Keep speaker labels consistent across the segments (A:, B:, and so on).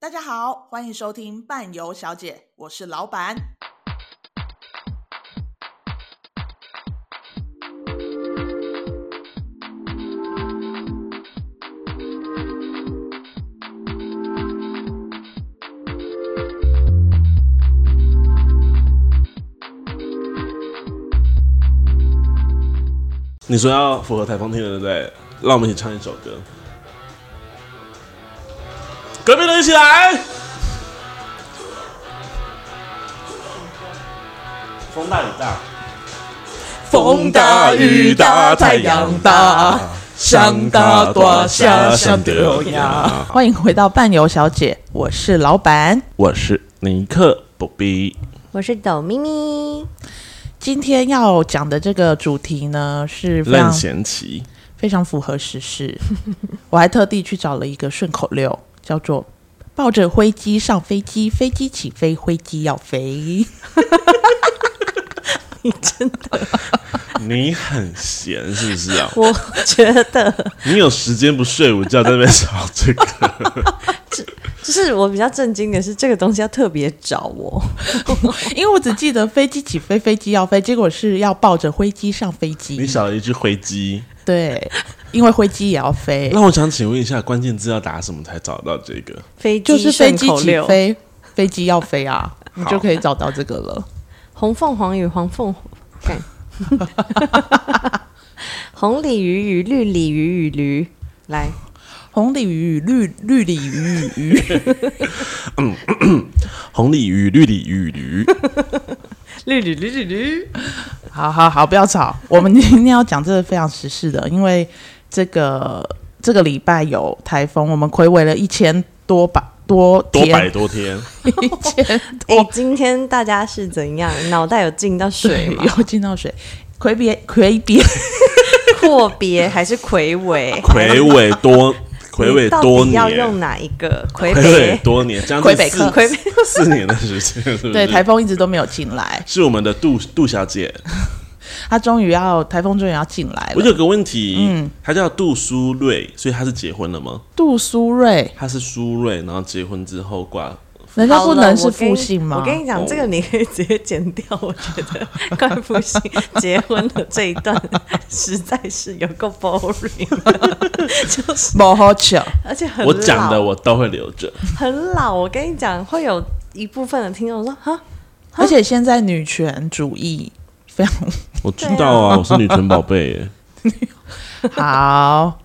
A: 大家好，欢迎收听伴游小姐，我是老板。
B: 你说要符合台风天的，对不对？让我们一起唱一首歌。隔壁的一起来。风大雨大，
C: 风大雨大，太阳大，想大大下想掉呀。。
A: 欢迎回到伴游小姐，我是老板。
B: 我是尼克不比，
D: 我是抖咪咪，
A: 今天要讲的这个主题呢，是非
B: 任
A: 常
B: 贤齐。
A: 非常符合时事。 我还特地去找了一个顺口溜，叫做“抱着灰机上飞机，飞机起飞，灰机要飞
B: 你很闲是不是啊？
D: 我觉得
B: 你有时间不睡午觉，在那边找这个，
D: 就是我比较震惊的是，这个东西要特别找 我，”，
A: 因为我只记得飞机起飞，飞机要飞，结果是要抱着灰机上飞
B: 你
A: 机。
B: 少了一句灰机。
A: 哎对，因为灰机也要 飞，
B: 那我想请问一下，关键字要打什么才找到这个？
D: 飞机
A: 就是飞机
D: 顺口
A: 起
D: 溜，
A: 飞，飞机要飞啊，你就可以找到这个了。
D: 红凤凰与黄凤凰， 看红鲤鱼与绿鲤鱼与驴，来，
A: 红鲤鱼与绿绿鲤鱼与鱼，
B: 红鲤鱼、绿鲤鱼、驴。
D: 绿鲤驴驴驴，
A: 好好好，不要吵。我们今天要讲这个非常时事的，因为这个这个礼拜有台风，我们暌违了一千多百多
B: 多
A: 天，
B: 百多天，
A: 一千
D: 哎、
A: 多
D: 今天大家是怎样？脑袋有进到水
A: 水
D: 吗？
A: 又进到水，魁别魁别
D: 阔别还是魁伟？
B: 魁伟 多，魁伟
D: 你到
B: 多
D: 底要
B: 年
D: 用，哪一个？魁
B: 魁伟
D: 北，
B: 多年，将
A: 魁
B: 近
A: 北克
B: 四
D: 魁北，
B: 四年的时间，是不是？
A: 对台风一直都没有进来，
B: 是我们的杜杜小姐，
A: 它终于要台风终于要进来
B: 我
A: 了。
B: 有个问题，
A: 嗯
B: 她叫杜苏芮，所以她是结婚了吗？
A: 杜苏芮，
B: 她是苏芮，然后结婚之后挂，
A: 人家不
D: 好了
A: 能是
D: 我跟
A: 复姓吗？哦
D: 我跟你讲，这个你可以直接剪掉，我觉得怪复姓结婚的这一段实在是有够 boring，的就是
A: 不好巧，
D: 而且很
B: 我讲的
D: 老
B: 我都会留着。
D: 很老。我跟你讲，会有一部分的听众说哈，
A: 而且现在女权主义非常
B: 我知道啊，我是女权宝贝耶。
A: 好，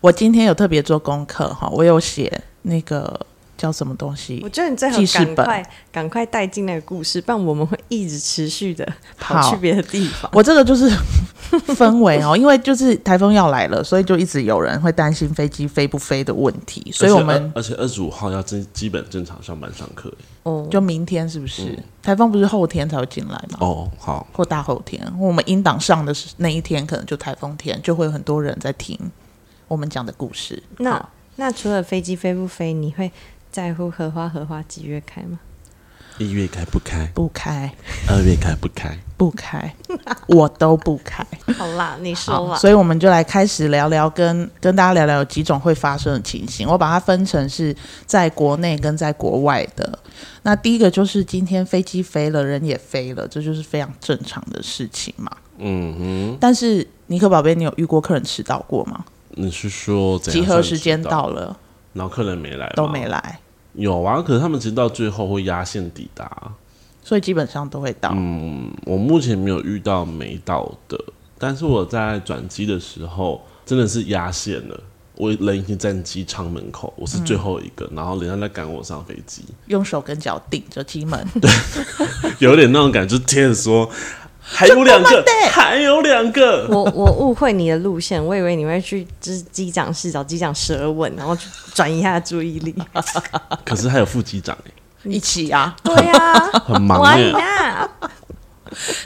A: 我今天有特别做功课哈，我有写那个叫什么东西
D: 我，觉得你最好
A: 记事
D: 赶
A: 本
D: 快赶快带进那个故事，不然我们会一直持续的跑
A: 好
D: 去别的地方。
A: 我这个就是 氛围哦，因为就是台风要来了，所以就一直有人会担心飞机飞不飞的问题， 所以我们
B: 而且二十五号要基基本正常上班上课耶。
D: 哦，
A: 就明天是不
B: 嗯
A: 是台风不是后天才会进来吗？
B: 哦，好，
A: 或大后天，我们音档上的是那一天，可能就台风天，就会有很多人在听我们讲的故事。
D: 那
A: 好
D: 那除了飞机飞不飞，你会在乎荷花荷花几月开吗？
B: 一月开不开？
A: 不开
B: 二月开不开？
A: 不开，我都不开。
D: 好啊啦，你说
A: 好，
D: 啦。
A: 所以我们就来开始聊聊跟跟大家聊聊有几种会发生的情形。我把它分成是在国内跟在国外的。那第一个就是今天飞机飞了，人也飞了，这就是非常正常的事情嘛。
B: 嗯哼，
A: 但是尼克宝贝，你有遇过客人迟到过吗？
B: 你是说怎样
A: 集合
B: 算
A: 时间
B: 迟
A: 到，了
B: 然后客人没来，
A: 都没。来，
B: 有啊，可是他们其实到最后会压线抵达。
A: 所以基本上都会到。
B: 嗯我目前没有遇到没到的，但是我在转机的时候真的是压线了。我人已经在机舱门口，我是最后一个，然后人家在赶我上飞 机，
A: 用手跟脚顶着机门，
B: 有点那种感觉，就贴着说还有两 个，还有两个，
D: 我我误会你的路线，我以为你会去就是机长室找机长舌吻，然后去转移一下 注意力。
B: 可是还有副机长、欸、
A: 一起啊！
D: 对啊，
B: 很忙
D: 我
B: 哎、
D: 呀，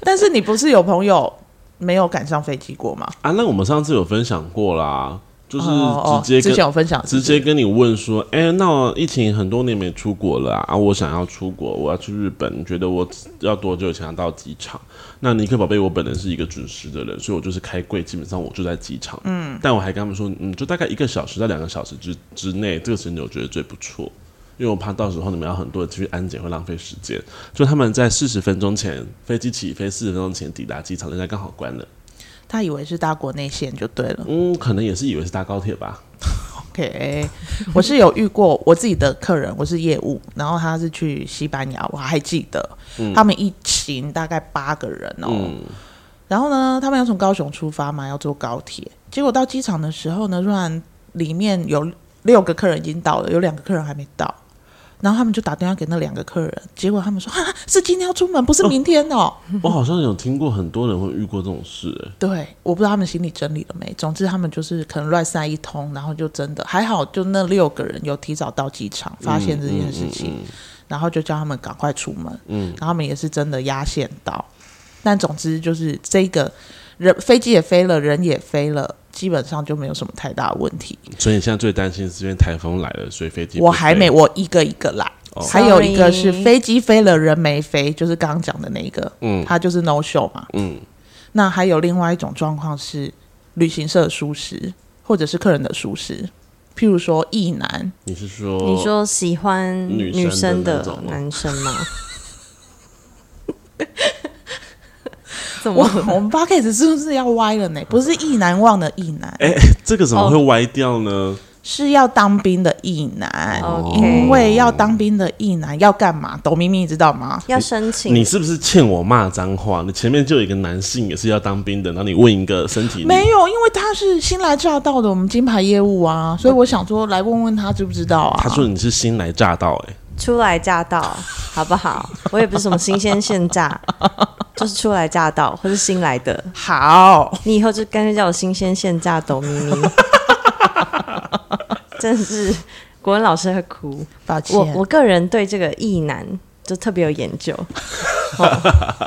A: 但是你不是有朋友没有赶上飞机过吗？
B: 啊，那我们上次有分享过啦，就是
A: 哦哦
B: 直接
A: 之
B: 跟、
A: 前有分享，
B: 直接跟你问说，哎、那我疫情很多年没出国了啊，啊我想要出国，我要去日本，你觉得我要多久前要到机场？那尼克宝贝，我本人是一个准时的人，所以我就是开柜，基本上我就在机场，嗯，但我还跟他们说，嗯，就大概一个小时到两个小时之之内，这个时间我觉得最不错。因为我怕到时候你们要很多人去安检会浪费时间。就他们在四十分钟前飞机起飞，四十分钟前抵达机场，人家刚好关了。
A: 他以为是搭国内线就对了。
B: 嗯，可能也是以为是搭高铁吧。
A: OK，我是有遇过我自己的客人，我是业务，然后他是去西班牙，我还记得、他们一行大概八个人哦。
B: 嗯，
A: 然后呢，他们要从高雄出发嘛，要坐高铁。结果到机场的时候呢，突然里面有六个客人已经到了，有两个客人还没到。然后他们就打电话给那两个客人，结果他们说：“啊，是今天要出门，不是明天哦。
B: 我好像有听过很多人会遇过这种事、欸
A: 对，我不知道他们心里整理了没。总之，他们就是可能乱塞一通，然后就真的还好，就那六个人有提早到机场，发现这件事
B: 嗯
A: 情，然后就叫他们赶快出门。嗯，然后他们也是真的压线到。但总之就是这个人飞机也飞了，人也飞了，基本上就没有什么太大的问题。
B: 所以你现在最担心是因为台风来了，所以飞机不
A: 我还
B: 飞
A: 没，我一个一个来。
B: 哦
A: 还有一个是
D: Sorry
A: 飞机飞了，人没飞，就是刚刚讲的那一个，
B: 嗯
A: 他就是 no show 嘛。
B: 嗯
A: 那还有另外一种状况是旅行社的舒适，或者是客人的舒适。譬如说意男，
B: 你是说
D: 你说喜欢
B: 女
D: 女
B: 生
D: 生
B: 的那
D: 的
B: 种吗
D: 男生吗？ 怎
A: 我
D: 么？
A: 我们 p o c a s t 是不是要歪了
B: 嗯
A: 呢？不是意难忘的意男，
B: 哎、这个怎
D: 哦
B: 么会歪掉呢？
A: 是要当兵的意男。
B: 哦
D: OK
A: 因为要当兵的意男要干嘛？董咪咪知道吗？
D: 要申请？
B: 你是不是欠我骂脏话？你前面就有一个男性也是要当兵的，然后你问一个身体
A: 没有，因为他是新来乍到的我们金牌业务啊，所以我想说来问问他知不知道啊。
B: 他说你是新来乍到、哎，
D: 初来乍到，好不好？我也不是什么新鲜现榨，就是初来乍到，或是新来的。
A: 好，
D: 你以后就干脆叫我新鲜现榨抖咪咪。 真是，国文老师会哭。
A: 抱歉，
D: 我我个人对这个意男就特别有研 究，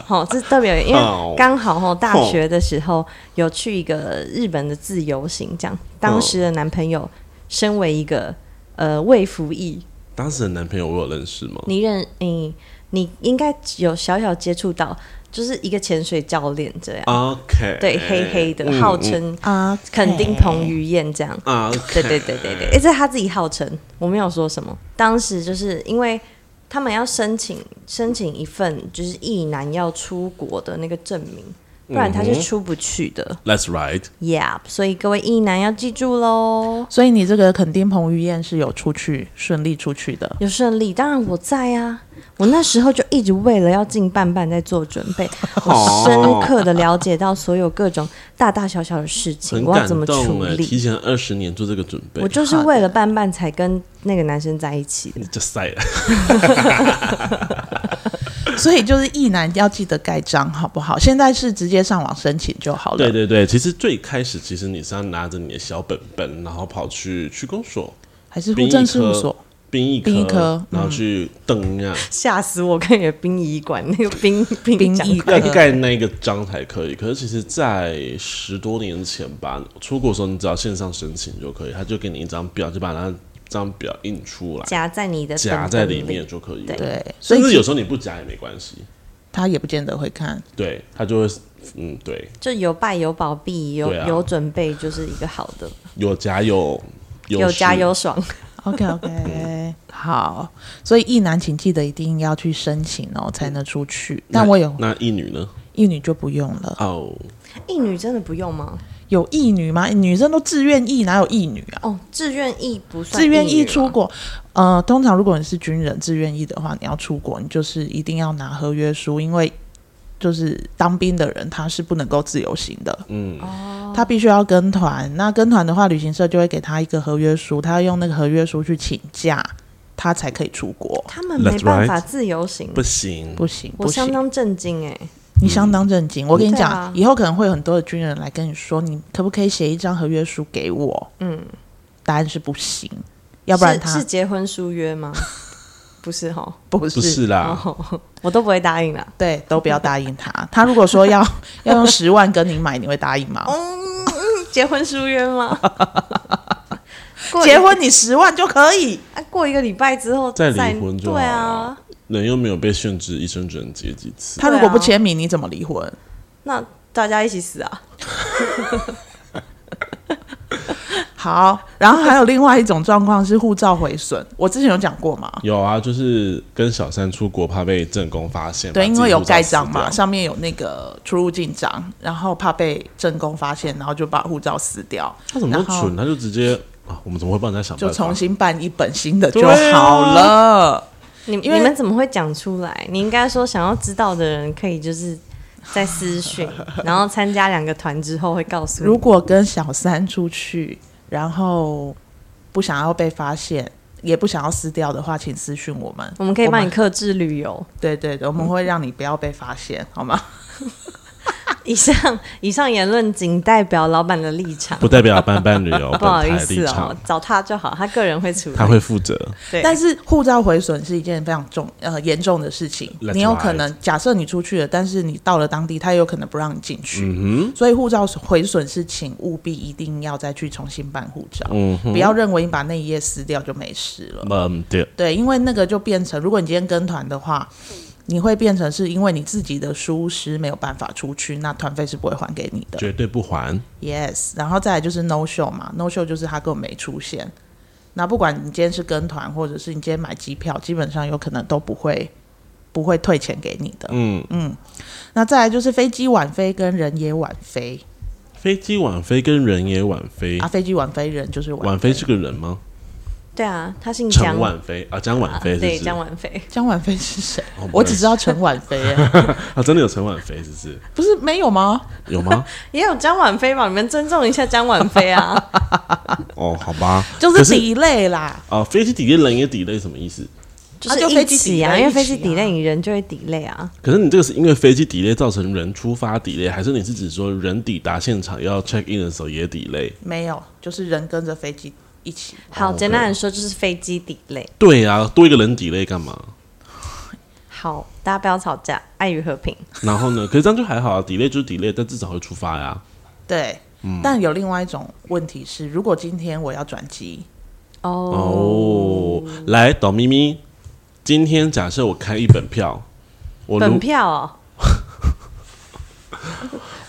D: 好、哦，这特别有，因
B: 哦
D: 为刚好哦，大学的时候有去一个日本的自由行，这样，当时的男朋友身为一个呃未服役，
B: 当时的男朋友我有认识 吗？
D: 你认你你应该有小小接触到，就是一个潜水教练这样，
B: 啊哦 OK，嗯
D: 对，黑黑的，号称
A: 啊，
D: 肯定彭于晏这样，
B: 啊，
D: 对对对对对，诶，这是他自己号称，我没有说什么。当时就是因为他们要申请申请一份就是意男要出国的那个证明，不然他是出不去的。
B: ，That's right，
D: Yeah，所以各位意男要记住喽，
A: 所以你这个肯定彭于晏是有出去顺利出去的。
D: 有顺利。当然我在啊，我那时候就一直为了要进半半在做准 备，我深刻的了解到所有各种大大小小的事情，
B: 很
D: 我要
B: 感
D: 怎么
B: 动
D: 处
B: 哎、提
D: 理。
B: 前二十年做这个准备，
D: 我就是为了半半才跟那个男生在一起的。
B: 你就塞了，
A: 所以就是意男要记得盖章，好不好？现在是直接上网申请就好了。
B: 对对对，其实最开始其实你是要拿着你的小本本，然后跑去区公所、
A: 还是户政事务所。
B: 殡仪
A: 殡仪科
B: 然后去瞪一下，
D: 吓死我！看你的殡仪馆那个殡
A: 殡
D: 殡
A: 仪
D: 仪
A: 馆
B: 要盖那个章才可以。可是其实，在十多年前吧，出国的时候，你只要线上申请就可以，他就给你一张表，就把那张表印出来，
D: 夹在你的
B: 夹在里面，就可以了。
D: 对
A: 对，所
B: 甚至
A: 以
B: 有时候你不夹也没关系，
A: 他也不见得会看。
B: 对他就会，嗯，对，
D: 就有拜有保庇，有、
B: 对啊
D: 有准备，就是一个好的，
B: 有夹有
D: 有
B: 夹
D: 家有爽。
A: OK OK，好， 所以意男请记得一定要去申请哦，才能出去。但我有
B: 那一女呢？
A: 义女就不用了，
B: 哦，
D: 义女真的不用吗？
A: 有义女吗？女生都自愿意，哪有义女啊？
D: 哦，志愿役不算
A: 自愿
D: 义女
A: 意
D: 吗
A: 出国，呃，通常如果你是军人自愿意的话，你要出国，你就是一定要拿合约书，因为就是当兵的人他是不能够自由行的，
B: 嗯，
D: 哦
A: 他必须要跟团。那跟团的话，旅行社就会给他一个合约书，他要用那个合约书去请假，他才可以出国。
D: 他们没
B: That's
D: 办法自由行。
B: 不行，
A: 不行，
D: 我
A: 不
D: 相
A: 行，
D: 当震惊哎、
A: 你相当震惊。我跟你
D: 对
A: 讲，
D: 啊
A: 以后可能会有很多的军人来跟你说，你可不可以写一张合约书给我？嗯，答案是不行，要不然他
D: 是是结婚书约吗？ 不是哈，
A: 不
B: 不是啦，
D: 哦， 我都不会答应啦。
A: 对，都不要答应他。 他如果说要要用十万跟你买，你会答应 吗？
B: 哦
D: 结婚书 约吗？过一
A: 结婚你十万就可以。
D: 啊，过一个礼拜之后
B: 再离婚就好
D: 对
B: 了
D: 啊。
B: 人又没有被限制，一生只能结几次。
A: 他如果不签名，你怎么离婚？
D: 那大家一起死啊！
A: 好，然后还有另外一种状况是护照毁损，我之前有讲过嘛，
B: 有啊，就是跟小三出国怕被正宫发现，
A: 对，
B: 把
A: 因
B: 自己
A: 为有
B: 护照
A: 盖
B: 撕
A: 章嘛，
B: 掉
A: 上面有那个出入境章，然后怕被正宫发现，然后就把护照撕掉，
B: 他怎么那
A: 然
B: 么
A: 后
B: 蠢？他就直接啊，我们怎么会帮人家想
A: 就
B: 办法
A: 重？新办一本新的就
B: 对啊
A: 好了。
D: 你
A: 因为
D: 你们怎么会讲出来？你应该说想要知道的人可以就是在私 讯，然后参加两个团之后会告诉
A: 如
D: 你。
A: 果跟小三出去，然后不想要被发现，也不想要撕掉的话，请私讯我们，
D: 我们可以帮你
A: 们
D: 克制旅游。
A: 对对对，我们会让你不要被发现，好吗？
D: 以上以上言论仅代表老板的立场，
B: 不代表班班旅 游本
D: 不好意
B: 台立
D: 思
B: 场
D: 哦，，找他就好，他个人会处理。
B: 他会负责。
D: 对，
A: 但是护照毁损是一件非常重呃严重的事情，
B: That's
A: 你有可能假设你出去了，但是你到了当地，他有可能不让你进去，
B: 嗯
A: 所以护照毁损是请务必一定要再去重新办护照，
B: 嗯哼，
A: 不要认为你把那一页撕掉就没事了。
B: 嗯，对，
A: 对，因为那个就变成，如果你今天跟团的话，你会变成是因为你自己的疏失没有办法出去，那团费是不会还给你的。
B: 绝对不还。
A: Yes，然后再来就是 no show 嘛，no show 就是他根本没出现。那不管你今天是跟团，或者是你今天买机票，基本上有可能都不会不会退钱给你的。
B: 嗯，
A: 那再来就是飞机晚飞跟人也晚飞
B: 飞机晚飞跟人也晚飞
A: 啊，，飞机晚飞人就是晚
B: 晚飞是个人吗？
D: 对啊，他姓
B: 陈
D: 江，
B: 晚飞啊，江晚
D: 啊
B: 飞是
D: 对
B: 不是
D: 江？晚飞，
A: 江晚飞是谁？
B: 哦不
A: 我只知道陈晚飞、欸
B: 啊，真的有陈晚飞是不是？
A: 不是没有吗？
B: 有吗？
D: 也有江晚飞吧？你们尊重一下江晚飞 啊！
B: 哦，好吧，
A: 就
B: 可
A: 是底类啦。
B: 啊，飞机抵累人也抵累什么意思？
A: 啊
D: 是
A: 就飞
D: 一
A: 机
D: 起
A: delay，
D: 啊，因为
A: 一
D: 飞
A: 起
D: 机
A: 啊
D: delay，你人就会 delay 啊。
B: 可是你这个是因为飞机抵累造成人出发抵累，还是你是指说人抵达现场要 check in 的时候也抵累？
A: 没有，就是人跟着飞机一起。
D: 好，
B: OK
D: 简单来说就是飞机 delay。
B: 对啊，多一个人抵累干嘛？
D: 好，大家不要吵架，爱与和平。
B: 然后呢？可 是这样就还好啊，delay 就是 delay，但至少会出发呀、
A: 对，但有另外一种问题是，如果今天我要转机，
B: 哦，
D: 哦，
B: 来，董咪咪，今天假设我开一本票，我如
D: 本票哦，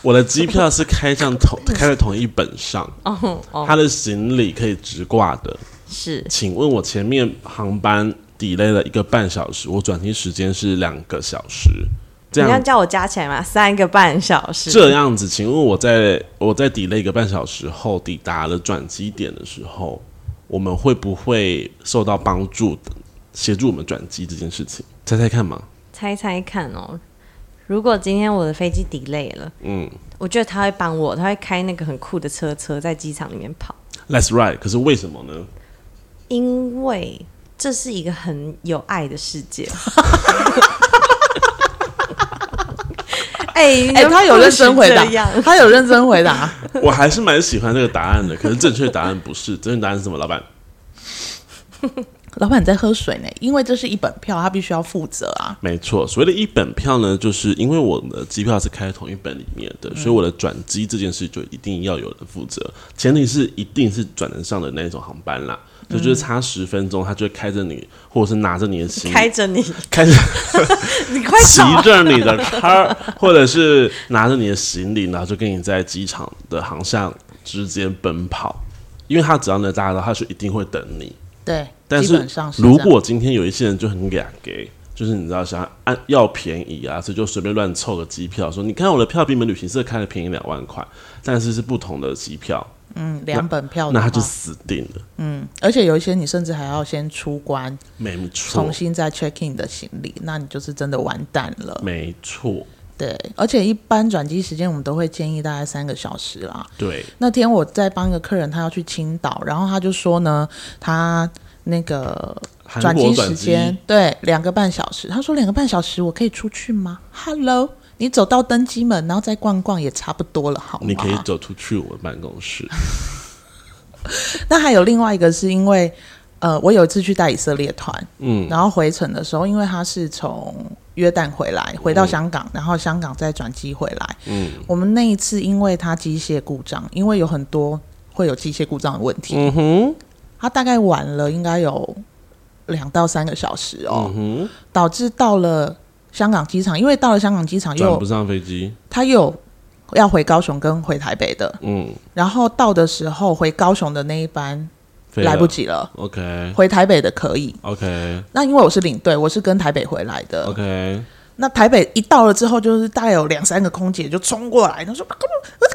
B: 我的机票是开上 同开在同一本上，
D: 哦哦，
B: 它的行李可以直挂的。
D: 是
B: 请问我前面航班 delay 了一个半小时，我转机时间是两个小时，这
D: 你要
B: 样
D: 叫我加起来嘛？三个半小时。
B: 这样子，请问我在我在 delay 一个半小时后抵达了转机点的时候，我们会不会受到帮助的协助我们转机这件事情？猜猜看嘛。
D: 猜猜看哦，如果今天我的飞机 delay 了，
B: 嗯
D: 我觉得他会帮我，他会开那个很酷的车车在机场里面跑，
B: ，That's right。可是为什么呢？
D: 因为这是一个很有爱的世界。哎
A: 哎、他有认真回答嗯
D: 这样，
A: 他有认真回答，
B: 我还是蛮喜欢这个答案的。可是正确答案不是，正确答案是什么？老板，
A: 老板你在喝水呢，因为这是一本票，他必须要负责啊。
B: 没错。所谓的一本票呢，就是因为我的机票是开同一本里面的，所以我的转机这件事就一定要有人负责，前提是一定是转得上的那种航班啦。所以就是差十分钟，他就会开着你，或者是拿着你的行
D: 开
B: 李，
D: 着你，
B: 开着
D: 你快
B: 骑
D: 走！啊
B: 着你的 car，或者是拿着你的行李，然后就跟你在机场的航向之间奔跑，因为他只要能搭到，他就一定会等你。
A: 对，
B: 但
A: 基本上是这样
B: 如果今天有一些人就很俩给，就是你知道想要按要便宜啊，所以就随便乱凑个机票，说你看我的票比你们旅行社开的便宜两万块，但是是不同的机票，
A: 嗯两本票的
B: 那他
A: 话，嗯
B: 就死定了。
A: 而且有一些你甚至还要先出关，
B: 没错
A: 重，新再 check in 的行李，那你就是真的完蛋了。
B: 没错，
A: 对，而且一般转机时间我们都会建议大概三个小时啦。
B: 对，
A: 那天我在帮一个客人，他要去青岛，然后他就说呢，他那个
B: 韩
A: 转
B: 国
A: 机
B: 转
A: 时间
B: 机。
A: 对两个半小时。他说两个半小时我可以出去吗？Hello，你走到登机门，然后再逛逛也差不多了，好吗？
B: 你可以走出去我的办公 室，
A: 那还有另外一个是因为，呃，我有一次去带以色列团，
B: 嗯，
A: 然后回程的时候，因为他是从约旦回来，回到香港，然后香港再转机回来。
B: 嗯，
A: 我们那一次因为他机械故障，因为有很多会有机械故障的问题，
B: 嗯哼，
A: 他大概晚了应该有两到三个小时哦，
B: 嗯哼，
A: 导致到了香港机场，因为到了香港机场
B: 转
A: 又
B: 不上飞机，
A: 他又有要回高雄跟回台北的，
B: 嗯，
A: 然后到的时候回高雄的那一班
B: 飞了
A: 来不。及了，
B: OK
A: 回台北的可以。
B: OK
A: 那因为我是领队，我是跟台北回来的。
B: OK，
A: 那台北一到了之后，就是大概有两三个空姐就冲过来，然后说：“啊我我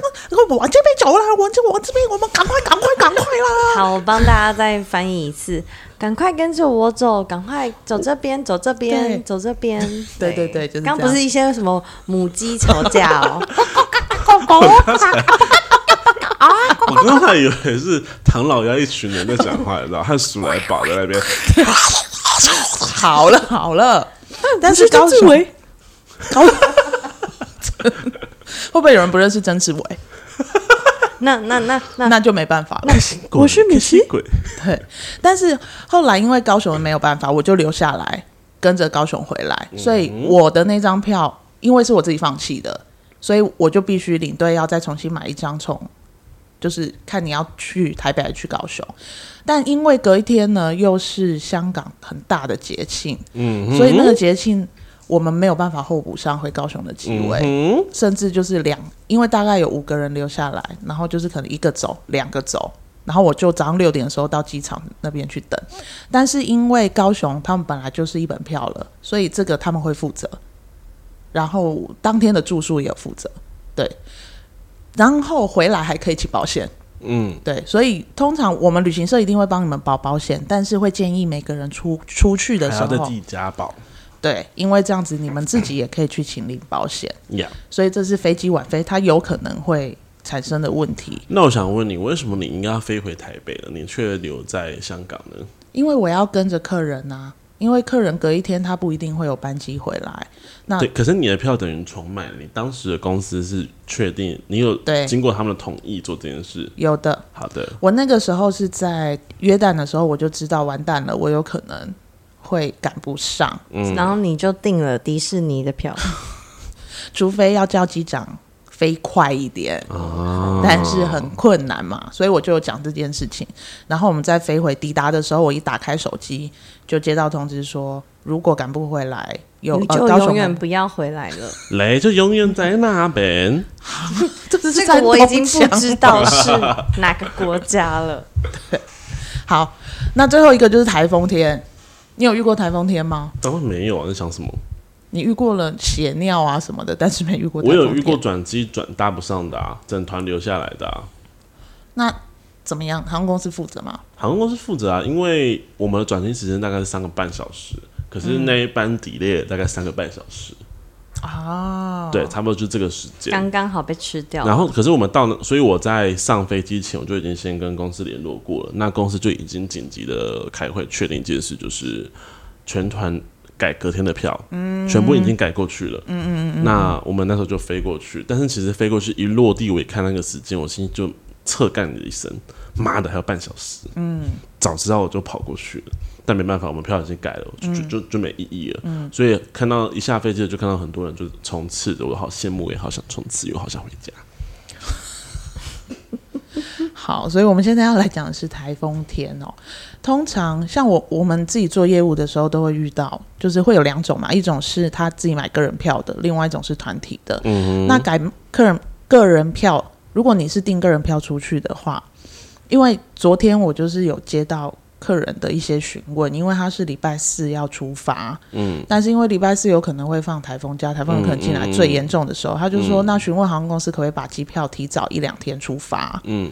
A: 我往这边走啦，往这往这边，我们赶快赶快赶快 啦！”
D: 好，我帮大家再翻译一次，赶快跟着我走，赶快走这边，走这
A: 对
D: 边，走这边。
A: 对对对就是
D: 刚
A: 这样
D: 不是一些什么母鸡吵架哦，
B: 我刚才以为是唐老鸭一群人在讲话，然后和鼠来宝在那边，
A: 好了好了，但是高
C: 志
A: 雄
C: 伟，
A: 高会不 会有人不认识曾志伟？
D: 那那那那
A: 那就没办法 了。
C: 我是米西
B: 吸鬼，
A: 对，但是后来因为高雄没有办法，我就留下来跟着高雄回来，所以我的那张票因为是我自己放弃的，所以我就必须领队要再重新买一张从。就是看你要去台北还是去高雄，但因为隔一天呢又是香港很大的节庆，
B: 嗯，
A: 所以那个节庆我们没有办法候补上回高雄的机位，
B: 嗯
A: 甚至就是两，因为大概有五个人留下来，然后就是可能一个走，两个走，然后我就早上六点的时候到机场那边去等。但是因为高雄他们本来就是一本票了，所以这个他们会负责，然后当天的住宿也有负责，对。然后回来还可以请保险，
B: 嗯
A: 对，所以通常我们旅行社一定会帮你们保保险，但是会建议每个人出出去的
B: 还
A: 时
B: 要再
A: 候
B: 自，己加保
A: 对，因为这样子你们自己也可以去请领保险。
B: 呀。
A: 所以这是飞机晚飞，它有可能会产生的问题。
B: 那我想问你，为什么你应该要飞回台北了，你却留在香港呢？
A: 因为我要跟着客人啊，因为客人隔一天他不一定会有班机回来。那
B: 对，可是你的票等于重买了，你当时的公司是确定你有
A: 对
B: 经过他们的同意做这件事。
A: 有的，
B: 好的，
A: 我那个时候是在约旦的时候，我就知道完蛋了，我有可能会赶不上，
D: 然后你就订了迪士尼的票，
A: 除非要叫机长飞快一点。
B: 啊，
A: 但是很困难嘛，所以我就有讲这件事情。然后我们在飞回抵达的时候，我一打开手机就接到通知说，如果赶不回来，有
D: 你
A: 呃
D: 就
A: 高雄
D: 哦永远
A: 的
D: 不要回来了。
B: 雷就永远在那边。
A: 这不是
D: 这
A: 在
D: 个我已
A: 东
D: 经不
A: 墙
D: 知道是哪个国家了。
A: 好，那最后一个就是台风天，你有遇过台风天吗？
B: 当然没有啊，在想什么？
A: 你遇过了血尿啊什么的，但是没遇过台
B: 我
A: 风天。
B: 有遇过，转机转搭不上的啊，整团留下来的啊。
A: 那怎么样？航空公司负责吗？
B: 航空公司负责啊，因为我们的转机时间大概是三个半小时，可是那一班 delay 了大概三个半小时，
A: 啊，
B: 对，，差不多就这个时间。
D: 刚刚好被吃掉。
B: 然后，可是我们到那，所以我在上飞机前我就已经先跟公司联络过了，那公司就已经紧急的开会确定一件事，就是全团改隔天的票，嗯，全部已经改过去了，嗯嗯嗯。那我们那时候就飞过去，但是其实飞过去一落地，我一看那个时间，我心里就侧干了一声，妈的，还有半小时，嗯，早知道我就跑过去了。但没办法，我们票已经改了，就就就就没意义了。所以看到一下飞机就看到很多人就冲刺的，我好羡慕，我也好想冲刺，又好想回家。
A: 好，所以我们现在要来讲的是台风天哦。通常像我我们自己做业务的时候，都会遇到，就是会有两种嘛，一种是他自己买个人票的，另外一种是团体的。嗯、那改个人个人票，如果你是订个人票出去的话，因为昨天我就是有接到。客人的一些询问，因为他是礼拜四要出发，嗯，但是因为礼拜四有可能会放台风假，台风有可能进来最严重的时候，他就说，那询问航空公司可不可以把机票提早一两天出发，
B: 嗯，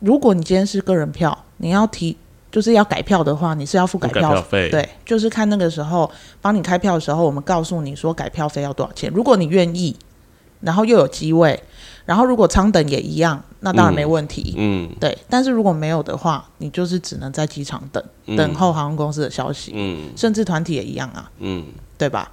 A: 如果你今天是个人票，你要提就是要改票的话，你是要付改
B: 付改
A: 票
B: 票费
A: 对，就是看那个时候帮你开票的时候，我们告诉你说改票费要多少钱。如果你愿意，然后又有机位，然后如果舱等也一样，那当然没问题。
B: 嗯
A: 对，但是如果没有的话，你就是只能在机场等，
B: 嗯
A: 等候航空公司的消息，
B: 嗯
A: 甚至团体也一样啊，
B: 嗯，
A: 对吧？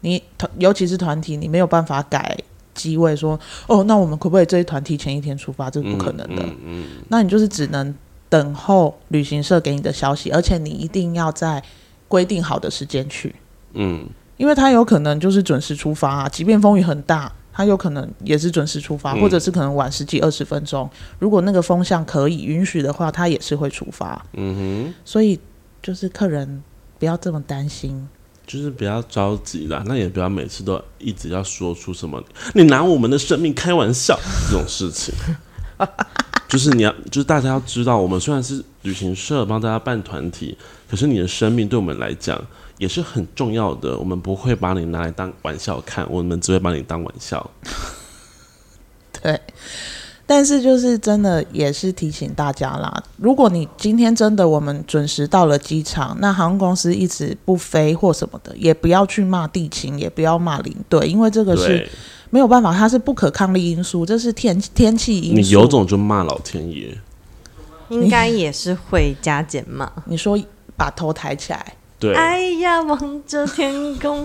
A: 你团尤其是团体，你没有办法改机位说，哦，那我们可不可以这一团提前一天出发？这是不可能的。
B: 嗯嗯
A: 那你就是只能等候旅行社给你的消息，而且你一定要在规定好的时间去，
B: 嗯
A: 因为他有可能就是准时出发、啊，即便风雨很大，他有可能也是准时出发，
B: 嗯
A: 或者是可能晚十几二十分钟。如果那个风向可以允许的话，他也是会出发。
B: 嗯嗯哼，
A: 所以就是客人不要这么担心，
B: 就是不要着急啦，那也不要每次都一直要说出什么“你拿我们的生命开玩笑”这种事情。就是你要，就是大家要知道，我们虽然是旅行社帮大家办团体，可是你的生命对我们来讲也是很重要的。我们不会把你拿来当玩笑看，我们只会把你当玩笑。
A: 对。但是就是真的也是提醒大家啦，如果你今天真的我们准时到了机场，那航空公司一直不飞或什么的，也不要去骂地勤，也不要骂领队，因为这个是
B: 对，
A: 没有办法，它是不可抗力因素，这是天天气因
B: 你
A: 素。
B: 有种就骂老天爷。
D: 应该也是会加减嘛。
A: 你说把头抬起来，
B: 对，
D: 哎呀，望着天空，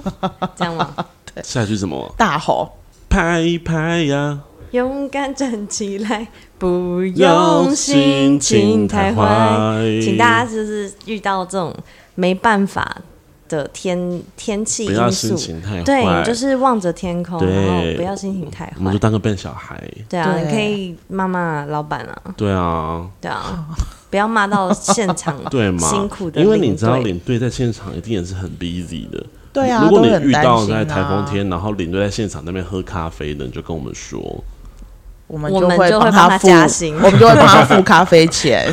D: 这样吗？
B: 下一句什么？
A: 大吼，
B: 拍一拍呀！
D: 勇敢站起来，不用心情太坏。请大家就是遇到这种没办法的天天气
B: 不要
D: 因
B: 心
D: 素，
B: 情太坏。
D: 对，就是望着天空，
B: 对
D: 然后不要心情太
B: 我们就
D: 坏。
B: 当个笨小孩。
D: 对啊，
A: 对
D: 你可以骂骂老板啊，
B: 对啊，
D: 对啊，不要骂到现 场
B: 对嘛，
D: 辛苦的
B: 因为你知道
D: 领队
B: 领队在现场一定也是很 busy 的。
A: 对啊，
B: 如果
A: 都
B: 你
A: 很
B: 遇
A: 担
B: 到
A: 心
B: 在
A: 啊
B: 台风，天，然后领队在现场那边喝咖啡的，你就跟我们说，
A: 我们
D: 我
A: 就
D: 们
A: 会
D: 就会
A: 帮他
D: 帮他
A: 付，
D: 加薪
A: 我们就会帮他付咖啡钱。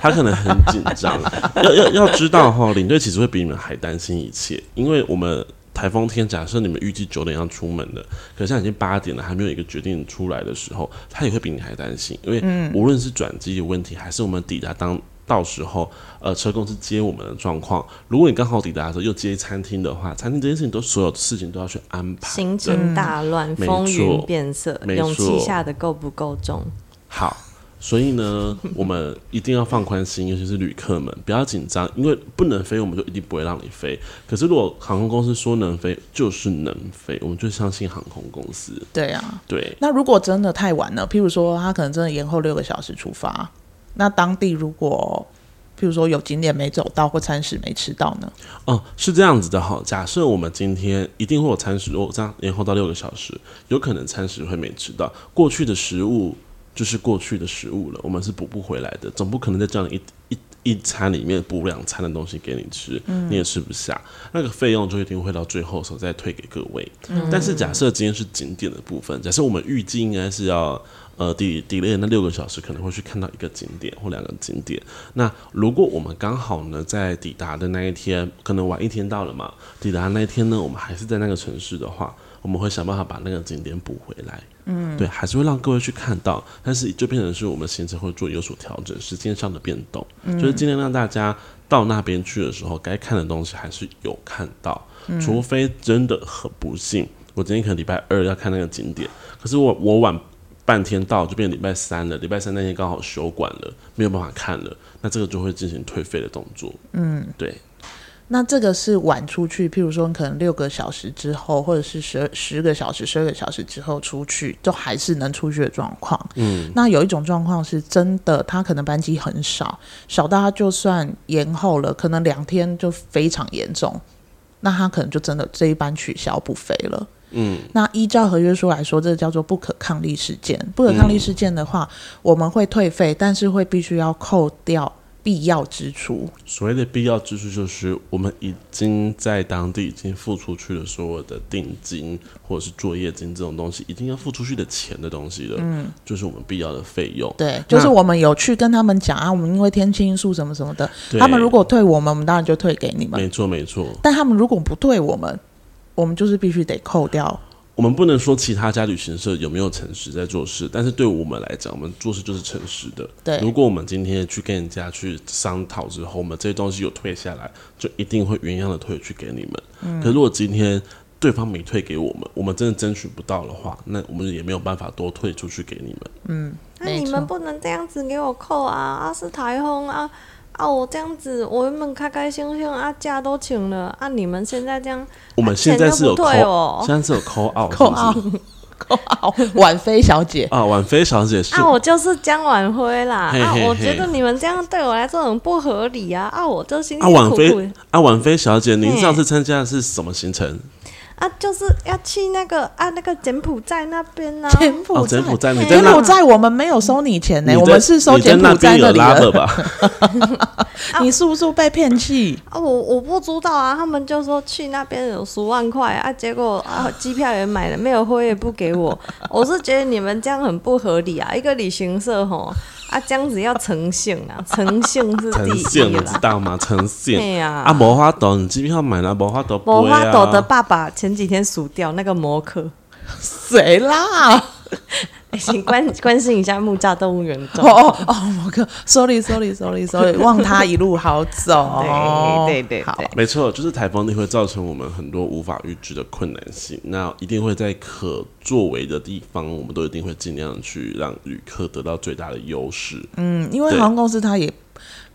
B: 他可能很紧张。要要要知道哈，领队其实会比你们还担心一切，因为我们台风天，假设你们预计九点要出门的，可是现在已经八点了，还没有一个决定出来的时候，他也会比你还担心，因为无论是转机的问题，还是我们抵达当。到时候，呃，车公司接我们的状况，如果你刚好抵达的时候又接餐厅的话，餐厅这件事情都所有事情都要去安排。
D: 行程大乱，
B: 没
D: 风云
B: 错
D: 变色，
B: 没
D: 勇气
B: 错
D: 下的够不够重？
B: 好，所以呢，我们一定要放宽心，尤其是旅客们，不要紧张，因为不能飞，我们就一定不会让你飞。可是如果航空公司说能飞，就是能飞，我们就相信航空公司。
A: 对啊，
B: 对，
A: 那如果真的太晚了，譬如说他可能真的延后六个小时出发，那当地如果譬如说有景点没走到或餐食没吃到呢？
B: 哦，是这样子的哈。假设我们今天一定会有餐食，如哦果这样延后到六个小时，有可能餐食会没吃到。过去的食物就是过去的食物了，我们是补不回来的，总不可能再叫你一一一餐里面补两餐的东西给你吃，你也吃不下。那个费用就一定会到最后的时候再退给各位。但是假设今天是景点的部分，假设我们预计应该是要。呃，delay delay 那六个小时可能会去看到一个景点或两个景点，那如果我们刚好呢在抵达的那一天，可能晚一天到了嘛，抵达那一天呢，我们还是在那个城市的话，我们会想办法把那个景点补回来。嗯，对，还是会让各位去看到，但是就变成是我们行程会做有所调整，时间上的变动，就是尽量让大家到那边去的时候，该看的东西还是有看到，除非真的很不幸，我今天可能礼拜二要看那个景点，可是我我晚半天到就变礼拜三了，礼拜三那天刚好休馆了，没有办法看了，那这个就会进行退费的动作。嗯，对，
A: 那这个是晚出去，譬如说你可能六个小时之后，或者是十十个小时、十二个小时之后出去，就还是能出去的状况。嗯，那有一种状况是真的，他可能班机很少，少到他就算延后了，可能两天就非常严重，那他可能就真的这一班取消不飞了。
B: 嗯，
A: 那依照合约书来说，这叫做不可抗力事件。不可抗力事件的话，我们会退费，但是会必须要扣掉必要支出。
B: 所谓的必要支出就是我们已经在当地已经付出去了所有的定金或者是作业金这种东西，已经要付出去的钱的东西了，嗯，就是我们必要的费用。
A: 对，就是我们有去跟他们讲啊，我们因为天气因素什么什么的，
B: 对
A: 他们如果退我们，我们当然就退给你们；
B: 没错没错，
A: 但他们如果不退我们，我们就是必须得扣掉。
B: 我们不能说其他家旅行社有没有诚实在做事，但是对我们来讲，我们做事就是诚实的。
A: 对
B: 如果我们今天去跟人家去商讨之后，我们这些东西有退下来，就一定会原样的退去给你们。
A: 嗯
B: 可如果今天对方没退给我们，我们真的争取不到的话，那我们也没有办法多退出去给你们。
A: 啊
D: 那
A: 没
D: 你
A: 错
D: 们不能这样子给我扣啊！啊是台风啊啊！我这样子，我原本开开心心啊，假都请了啊，你们现在这样，
B: 我们现在是有扣，
D: 钱都不退哦
B: 现在是有扣 out，
A: 扣啊，扣啊！婉菲小姐，
B: 啊，婉菲小姐是
D: 啊，我就是江晚辉啦
B: 嘿
D: 啊
B: 嘿！
D: 我
B: 嘿
D: 觉得你们这样对我来说很不合理啊！啊，我这辛
B: 啊，
D: 辛
B: 婉
D: 苦苦
B: 菲啊，婉菲小姐，您
D: 嘿
B: 上次参加的是什么行程？
D: 啊，就是要去那个啊那个柬埔寨那边呢、啊。
A: 柬埔
B: 哦，
A: 寨
B: 柬，埔寨，你在
A: 柬
B: 那
A: 埔，寨我们没有收你钱呢、
B: 你
A: 我
B: 在
A: 们是收
B: 你在
A: 柬
B: 那
A: 埔寨
B: 边有
A: 里
B: 拉的
A: 的。
B: 吧？
A: 你是不是被骗 去？
D: 啊，我我不知道啊，他们就说去那边有十万块啊，结果啊机票也买了，没有汇也不给我。我是觉得你们这样很不合理啊，一个旅行社吼啊这样子要诚信啊，诚信是
B: 呈
D: 第
B: 现，
D: 一
B: 你知
D: 啦。
B: 道吗？呈
D: 对
B: 现。
D: 呀、
B: 啊，魔花豆，你机票买了，魔花豆杯啊，
D: 魔花斗的爸爸前几天数掉那个摩克，
A: 谁啦？
D: 哎请关关心一下木栅动物园的状
A: 哦
D: 况。
A: 哦哦，我哥，sorry sorry sorry sorry，望他一路好走。
D: 对对对
A: 哦好
D: 对
B: 没错，就是台风力会造成我们很多无法预知的困难性。那一定会在可作为的地方，我们都一定会尽量去让旅客得到最大的优势。
A: 嗯，因为
B: 对
A: 航空公司他也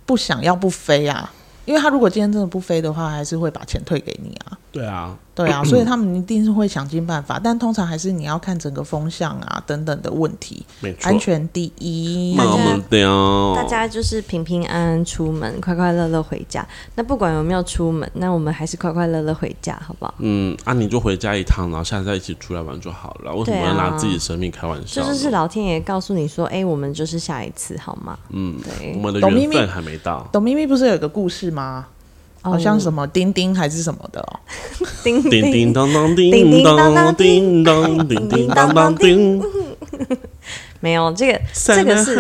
A: 不想要不飞啊，因为他如果今天真的不飞的话，还是会把钱退给你啊。
B: 对啊，
A: 对 啊，所以他们一定是会想尽办法，但通常还是你要看整个风向啊等等的问题，
B: 没错嗯
A: 安。全第一。
B: 妈妈
D: 大
B: 的，
D: 家就是平平安安出门，快快乐乐回家。那不管有没有出门，那我们还是快快乐乐回家，好不好？
B: 嗯，啊，你就回家一趟，然后下次再一起出来玩就好了。为什么
D: 对啊
B: 要拿自己的生命开玩笑
D: 这
B: 呢？
D: 就是老天爷告诉你说，哎、我们就是下一次，好吗？
B: 嗯，我
D: 对，
B: 们的
A: 董咪
B: 缘
A: 咪
B: 分还没到。
A: 董咪咪不是有个故事吗？
D: 哦
A: 好像什么钉钉还是什么的哦。
D: 叮
B: 叮叮当当，
D: 叮
B: 叮
D: 叮当
B: 当，
D: 当
B: 叮当，叮叮当当，叮。
D: 没有这个，这个是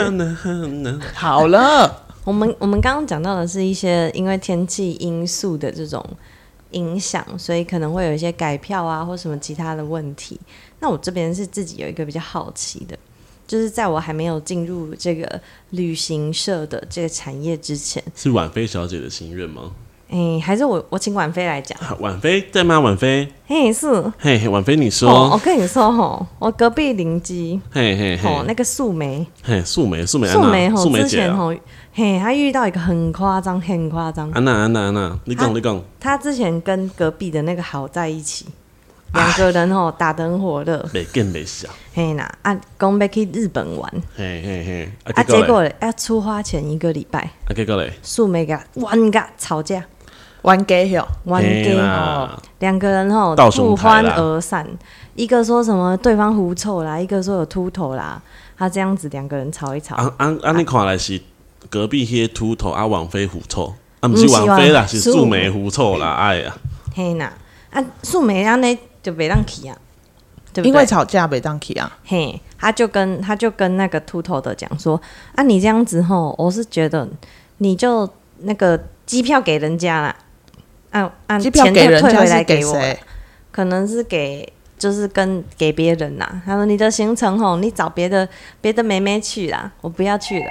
A: 好了，
D: 我们我们刚刚讲到的是一些因为天气因素的这种影响，所以可能会有一些改票啊或什么其他的问题。那我这边是自己有一个比较好奇的，就是在我还没有进入这个旅行社的这个产业之前，
B: 是婉菲小姐的心愿吗？
D: 哎，还是我我请婉菲来讲。
B: 啊婉菲在吗？婉菲，
D: 嘿，是哦，
B: 嘿，嘿婉菲，你说
D: 我，跟你说吼，我隔壁邻居
B: 嘿嘿嘿，
D: 吼哦那个素梅，
B: 嘿，素梅，素梅，
D: 素梅
B: 安娜
D: 吼
B: 素梅
D: 之
B: 姐
D: 前
B: 啊，
D: 吼，嘿，她遇到一个很夸张很夸张，
B: 安娜，安娜，安娜，你
D: 啊
B: 讲，你讲，
D: 他之前跟隔壁的那个好在一起，两个人哦打得很火热，
B: 没更没小，
D: 嘿啦，啊，讲要去日本玩，
B: 嘿嘿嘿，
D: 啊，
B: 啊
D: 结
B: 嘞
D: 果嘞要出发前一个礼拜，
B: 啊，结果嘞，
D: 素梅甲玩甲吵架，
A: 玩 gay 哦，
D: 玩
B: 嘿
D: gay
B: 啦
D: 哦，两个人哦
B: 到
D: 不
B: 熊台
D: 欢
B: 啦
D: 而散，一个说什么对方狐臭啦，一个说有秃头啦，他这样子两个人吵一吵，
B: 啊啊啊，你看来是隔壁迄秃头啊，婉菲狐臭，啊，不
D: 不
B: 是
D: 是
B: 婉菲啦，
D: 婉
B: 是
D: 素
B: 素梅狐臭啦，哎呀，
D: 嘿啦，啊，素梅安尼就袂让去啊，对不
A: 因为
D: 对？
A: 吵架被当 key 啊，
D: 嘿，他就跟他就跟那个秃头的讲说：“啊，你这样子吼，我是觉得你就那个机票给人家啦，按按
A: 机票
D: 嗯钱
A: 给
D: 退
A: 人
D: 退
A: 家
D: 回来
A: 是
D: 给我，
A: 谁？
D: 可能是给就是跟给别人啦。”他说：“你的行程吼，你找别的别的妹妹去啦，我不要去了。”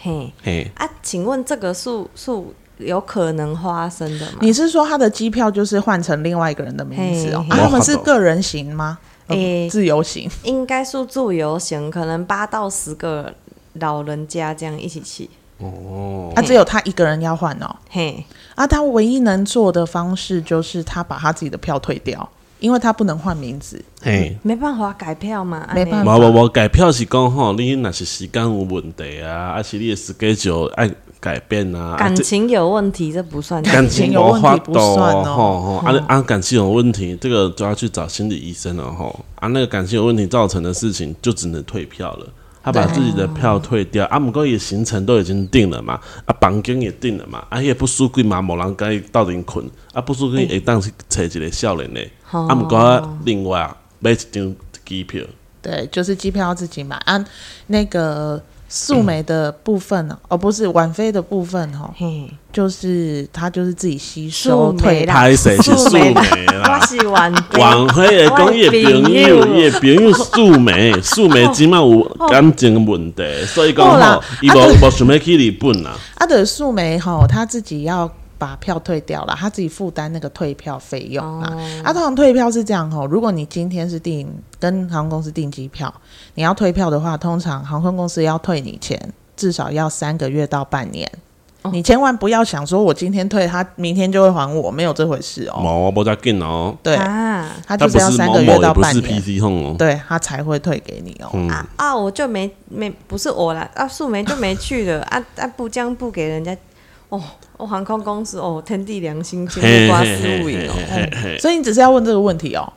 D: 嘿，
B: 嘿，
D: 啊，请问这个是是有可能发生的吗？
A: 你是说他的机票就是换成另外一个人的名字哦？啊，
D: 嘿
B: 嘿
A: 他们是个人行吗？
D: 诶
A: 呃自由行。
D: 应该是自由行，可能八到十个老人家这样一起去。
B: 哦，
A: 啊，只有他一个人要换哦。
D: 嘿，
A: 啊，他唯一能做的方式就是他把他自己的票退掉，因为他不能换名字。
B: 嘿。
D: 没办法改票嘛，
A: 没办法
B: 无无无，改票是讲吼，你若是时间有问题啊，还是你的 schedule 爱改变啊，
D: 安
B: 啊这
D: 妮感情有问题，这不算
B: 感
A: 情
B: 情
A: 有问
B: 无法
A: 题不算
B: 度
A: 哦
B: 吼吼，啊啊感情有问题，这个就要去找心理医生了吼，啊那个感情有问题造成的事情就只能退票了。他把自己的票退掉，啊，不过也行程都已经定了嘛，啊，房间也定了嘛，啊，也不输贵嘛，某人跟伊斗阵困，啊，不输贵会当去找一个少年的，
A: 哎
D: 哦
B: 啊，不过另外啊买一张机票，
A: 对，就是机票要自己买。啊，那个素梅的部分哦，哦不是婉菲的部分哦，
D: 嘿，
A: 就是他就是自己吸收
D: 素
A: 退
D: 梅啦，
A: 让。
B: 拍谁是素梅 啦
D: 我是婉菲
B: 啊晚会的讲伊的朋友，伊的朋友素梅，素梅即满有感情问题，所以
A: 好
B: 讲
A: 啦
B: 吼，伊无无想要去日本啦。
A: 啊，的素梅吼，她自己要把票退掉了，她自己负担那个退票费用啊。
D: 哦
A: 啊，通常退票是这样吼，如果你今天是订跟航空公司订机票，你要退票的话，通常航空公司要退你钱，至少要三个月到半年。
D: 哦
A: 你千万不要想说，我今天退，他明天就会还我，没有这回事哦。
B: 无无遮紧哦，
A: 对，
D: 啊
A: 他
B: 他
A: 就
B: 不
A: 要
B: 是
A: 三
B: 某
A: 个月
B: 某，
A: 到
B: 也不
A: 半
B: 是
A: 年，
B: PT 控哦。
A: 对他才会退给你哦。
B: 嗯，
D: 啊啊！我就没没不是我啦，啊素梅就没去了，啊啊不这样不给人家，哦哦，航空公司哦，天地良心，金木瓜丝无影哦，
B: 嘿嘿嘿
A: 所以你只是要问这个问题哦。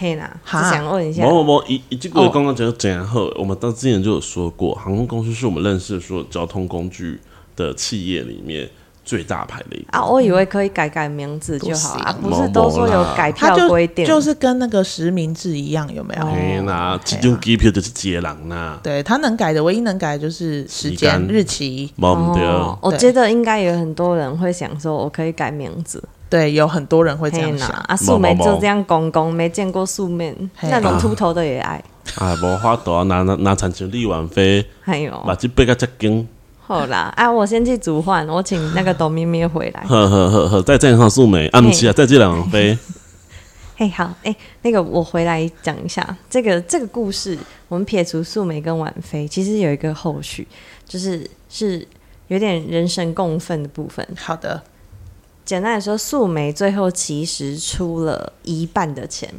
D: 嘿啦，只
A: 哈
D: 想问一下
B: 某，某某一一这个刚刚讲怎样后，我们当之前就有说过，航空公司是我们认识的所有交通工具的企业里面最大牌的一个。
D: 啊，我以为可以改改名字就好啊，
B: 不
D: 不
B: 行
D: 是都说有改
A: 它
D: 票
A: 就
D: 规定，
A: 就是跟那个实名制一样，有没有？
B: 嘿啦，这种机票就是接人啦，
A: 对，它能改的唯一能改的就是时
B: 时
A: 间、
B: 间
A: 日期。
B: 冇唔对。啊
D: 哦，我
A: 对
D: 觉得应该有很多人会想说，我可以改名字，
A: 对，有很多人会这
D: 嘿
A: 样
D: 啦
A: 想。，
D: 啊，素梅
B: 某某某
D: 就这样公公，没见过素面，
A: 嘿
D: 那种秃头的也爱，
B: 哎，无法度啊，那那那产生李婉飞，
D: 还有
B: 目睭变个只紧，
D: 哎好啦，啊，我先去煮饭，我请那个董咪咪回 来。
B: 呵呵呵呵，再见上素梅，啊，不是啊，再见两 飞，
D: 嘿，好，哎、那个我回来讲一下这个这个故事。我们撇除素梅跟婉妃，其实有一个后续，就是是有点人神共愤的部分。
A: 好的，
D: 简单来说，素梅最后其实出了一半的钱，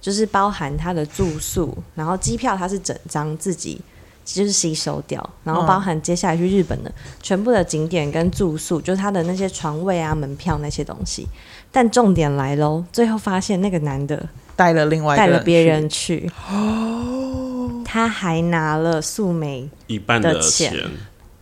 D: 就是包含她的住宿，然后机票她是整张自己就是吸收掉，然后
A: 嗯
D: 包含接下来去日本的全部的景点跟住宿，就是她的那些床位啊、门票那些东西。但重点来喽，最后发现那个男的
A: 带了另外一个
D: 带了别
A: 去哦
D: 人去，他还拿了素梅，
B: 一半的
D: 的钱
B: 钱，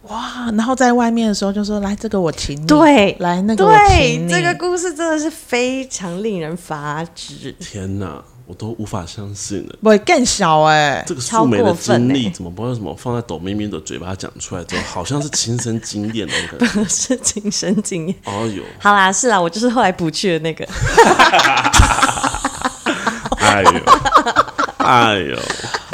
A: 哇，然后在外面的时候就说来这个我请你，
D: 对
A: 来那个我
D: 对
A: 请，你，
D: 这个故事真的是非常令人发指。
B: 天哪，我都无法相信了。
A: 不会更小哎、
B: 这个素梅
D: 超
B: 的
D: 过分
B: 经历
D: 欸
B: 怎么不知道为什么放在董咪咪的嘴巴讲出来之后，好像是亲身经验的那 个。
D: 是亲身经验。
B: 哦哟，
D: 好啦，是啦，我就是后来补去的那个。
B: 哎呦，哎呦，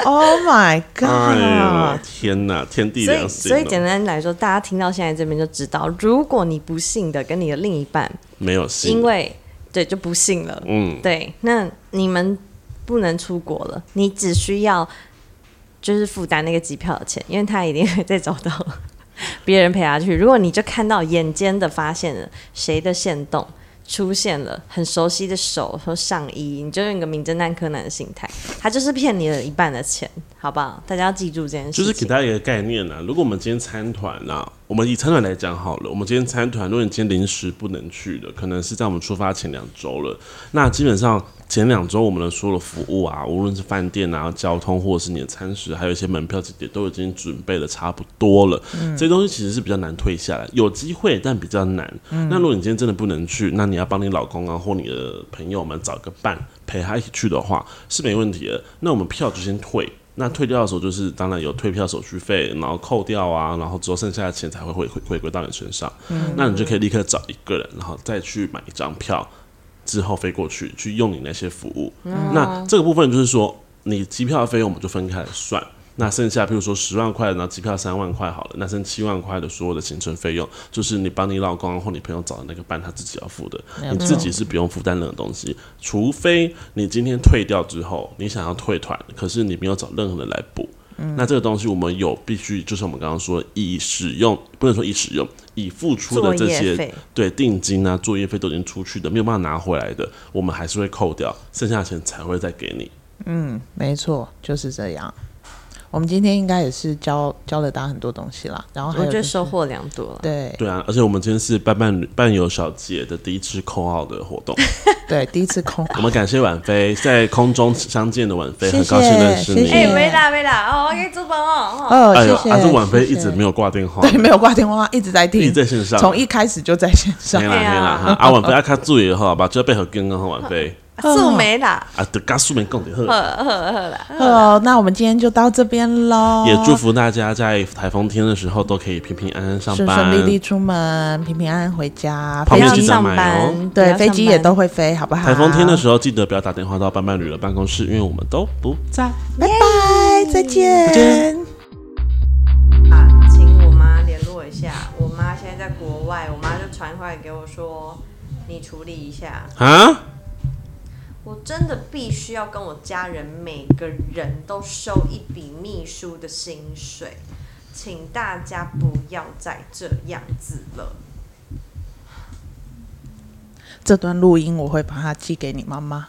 A: Oh my god！、
B: 哎呦，天哪，天地
D: 所
B: 良
D: 以，
B: 心哦！
D: 啊所以简单来说，大家听到现在这边就知道，如果你不信的跟你的另一半，
B: 没有信，
D: 因为对就不信了，
B: 嗯，
D: 对，那你们不能出国了，你只需要就是负担那个机票的钱，因为他一定会再找到别人陪他去。如果你就看到眼尖的发现了谁的线动。出现了很熟悉的手和上衣，你就用一个名侦探柯南的心态，他就是骗你了一半的钱，好不好？大家要记住这件事情。
B: 就是给大家一个概念啦、如果我们今天参团啦，我们以参团来讲好了，我们今天参团，如果你今天临时不能去的，可能是在我们出发前两周了，那基本上。前两周我们的所有的服务啊，无论是饭店啊、交通，或者是你的餐食，还有一些门票，这些都已经准备的差不多了。这些东西其实是比较难退下来，有机会但比较难。那如果你今天真的不能去，那你要帮你老公啊或你的朋友们找个伴陪他一起去的话，是没问题的。那我们票就先退。那退掉的时候，就是当然有退票手续费，然后扣掉啊，然后之后剩下的钱才会回回回归到你身上。那你就可以立刻找一个人，然后再去买一张票，之后飞过去去用你那些服务。
D: 嗯
B: 那这个部分就是说，你机票的费用我们就分开来算。那剩下，譬如说十万块，然后机票三万块好了，那剩七万块的所有的行程费用，就是你帮你老公啊或你朋友找的那个伴他自己要付的，你自己是不用负担任何东西，除非你今天退掉之后，你想要退团，可是你没有找任何人来补，
D: 嗯
B: 那这个东西我们有必须，就是我们刚刚说以使用，不能说以使用，以付出的
D: 作
B: 这
D: 业
B: 些哎
D: 费
B: 对定金啊、作业费都已经出去的，没有办法拿回来的，我们还是会扣掉，剩下的钱才会再给你。
A: 没错，就是这样。我们今天应该也是教教了大家很多东西啦，然后还
D: 我
A: 有、
D: 觉
A: 就
D: 得
A: 是
D: 收获良多了。
A: 对
B: 对啊，而且我们今天是伴伴伴游小姐的第一次扣号的活 动，
A: 对，第一次 空
B: 我们感谢婉菲在空中相见的婉
A: 谢
B: 菲，
A: 谢
B: 很高兴认识
A: 谢
B: 你。
A: 谢哎
D: 没啦没啦，哦，我给主播哦，
A: 哦，
B: 哎
A: 谢
B: 呦，
A: 谢。
B: 还是婉菲
A: 谢
B: 一
A: 谢
B: 直没有挂电话，
A: 对没有挂电话，一直在
B: 一直
A: 听，
B: 在线上，
A: 从一开始就在线上
B: 没。啦没啦，
D: 哎
B: 哈啊婉菲要较注意好，把这背后跟好婉 菲
D: 素梅啦，
B: 啊，得跟素梅讲就好。
A: 哦，那我们今天就到这边喽，
B: 也祝福大家在台风天的时候都可以平平安安上
A: 顺
B: 班，
A: 顺利利出门，平平安安回家。
B: 旁
D: 不
A: 飞
B: 边
D: 要
B: 记
A: 机
B: 得
D: 上
B: 买哦
D: 班，不要
A: 对
D: 上
A: 飞机也
D: 班
A: 都会飞，好不好？
B: 台风天的时候记得不要打电话到伴伴侣的办公室，因为我们都不在。
A: 拜拜，再见。
D: 啊，请我妈联络一下。我妈现在在国外，我妈就传话给我说，你处理一下。
B: 啊！
D: 我真的必须要跟我家人每个人都收一笔秘书的薪水，请大家不要再这样子了。
A: 这段录音我会把它寄给你妈妈。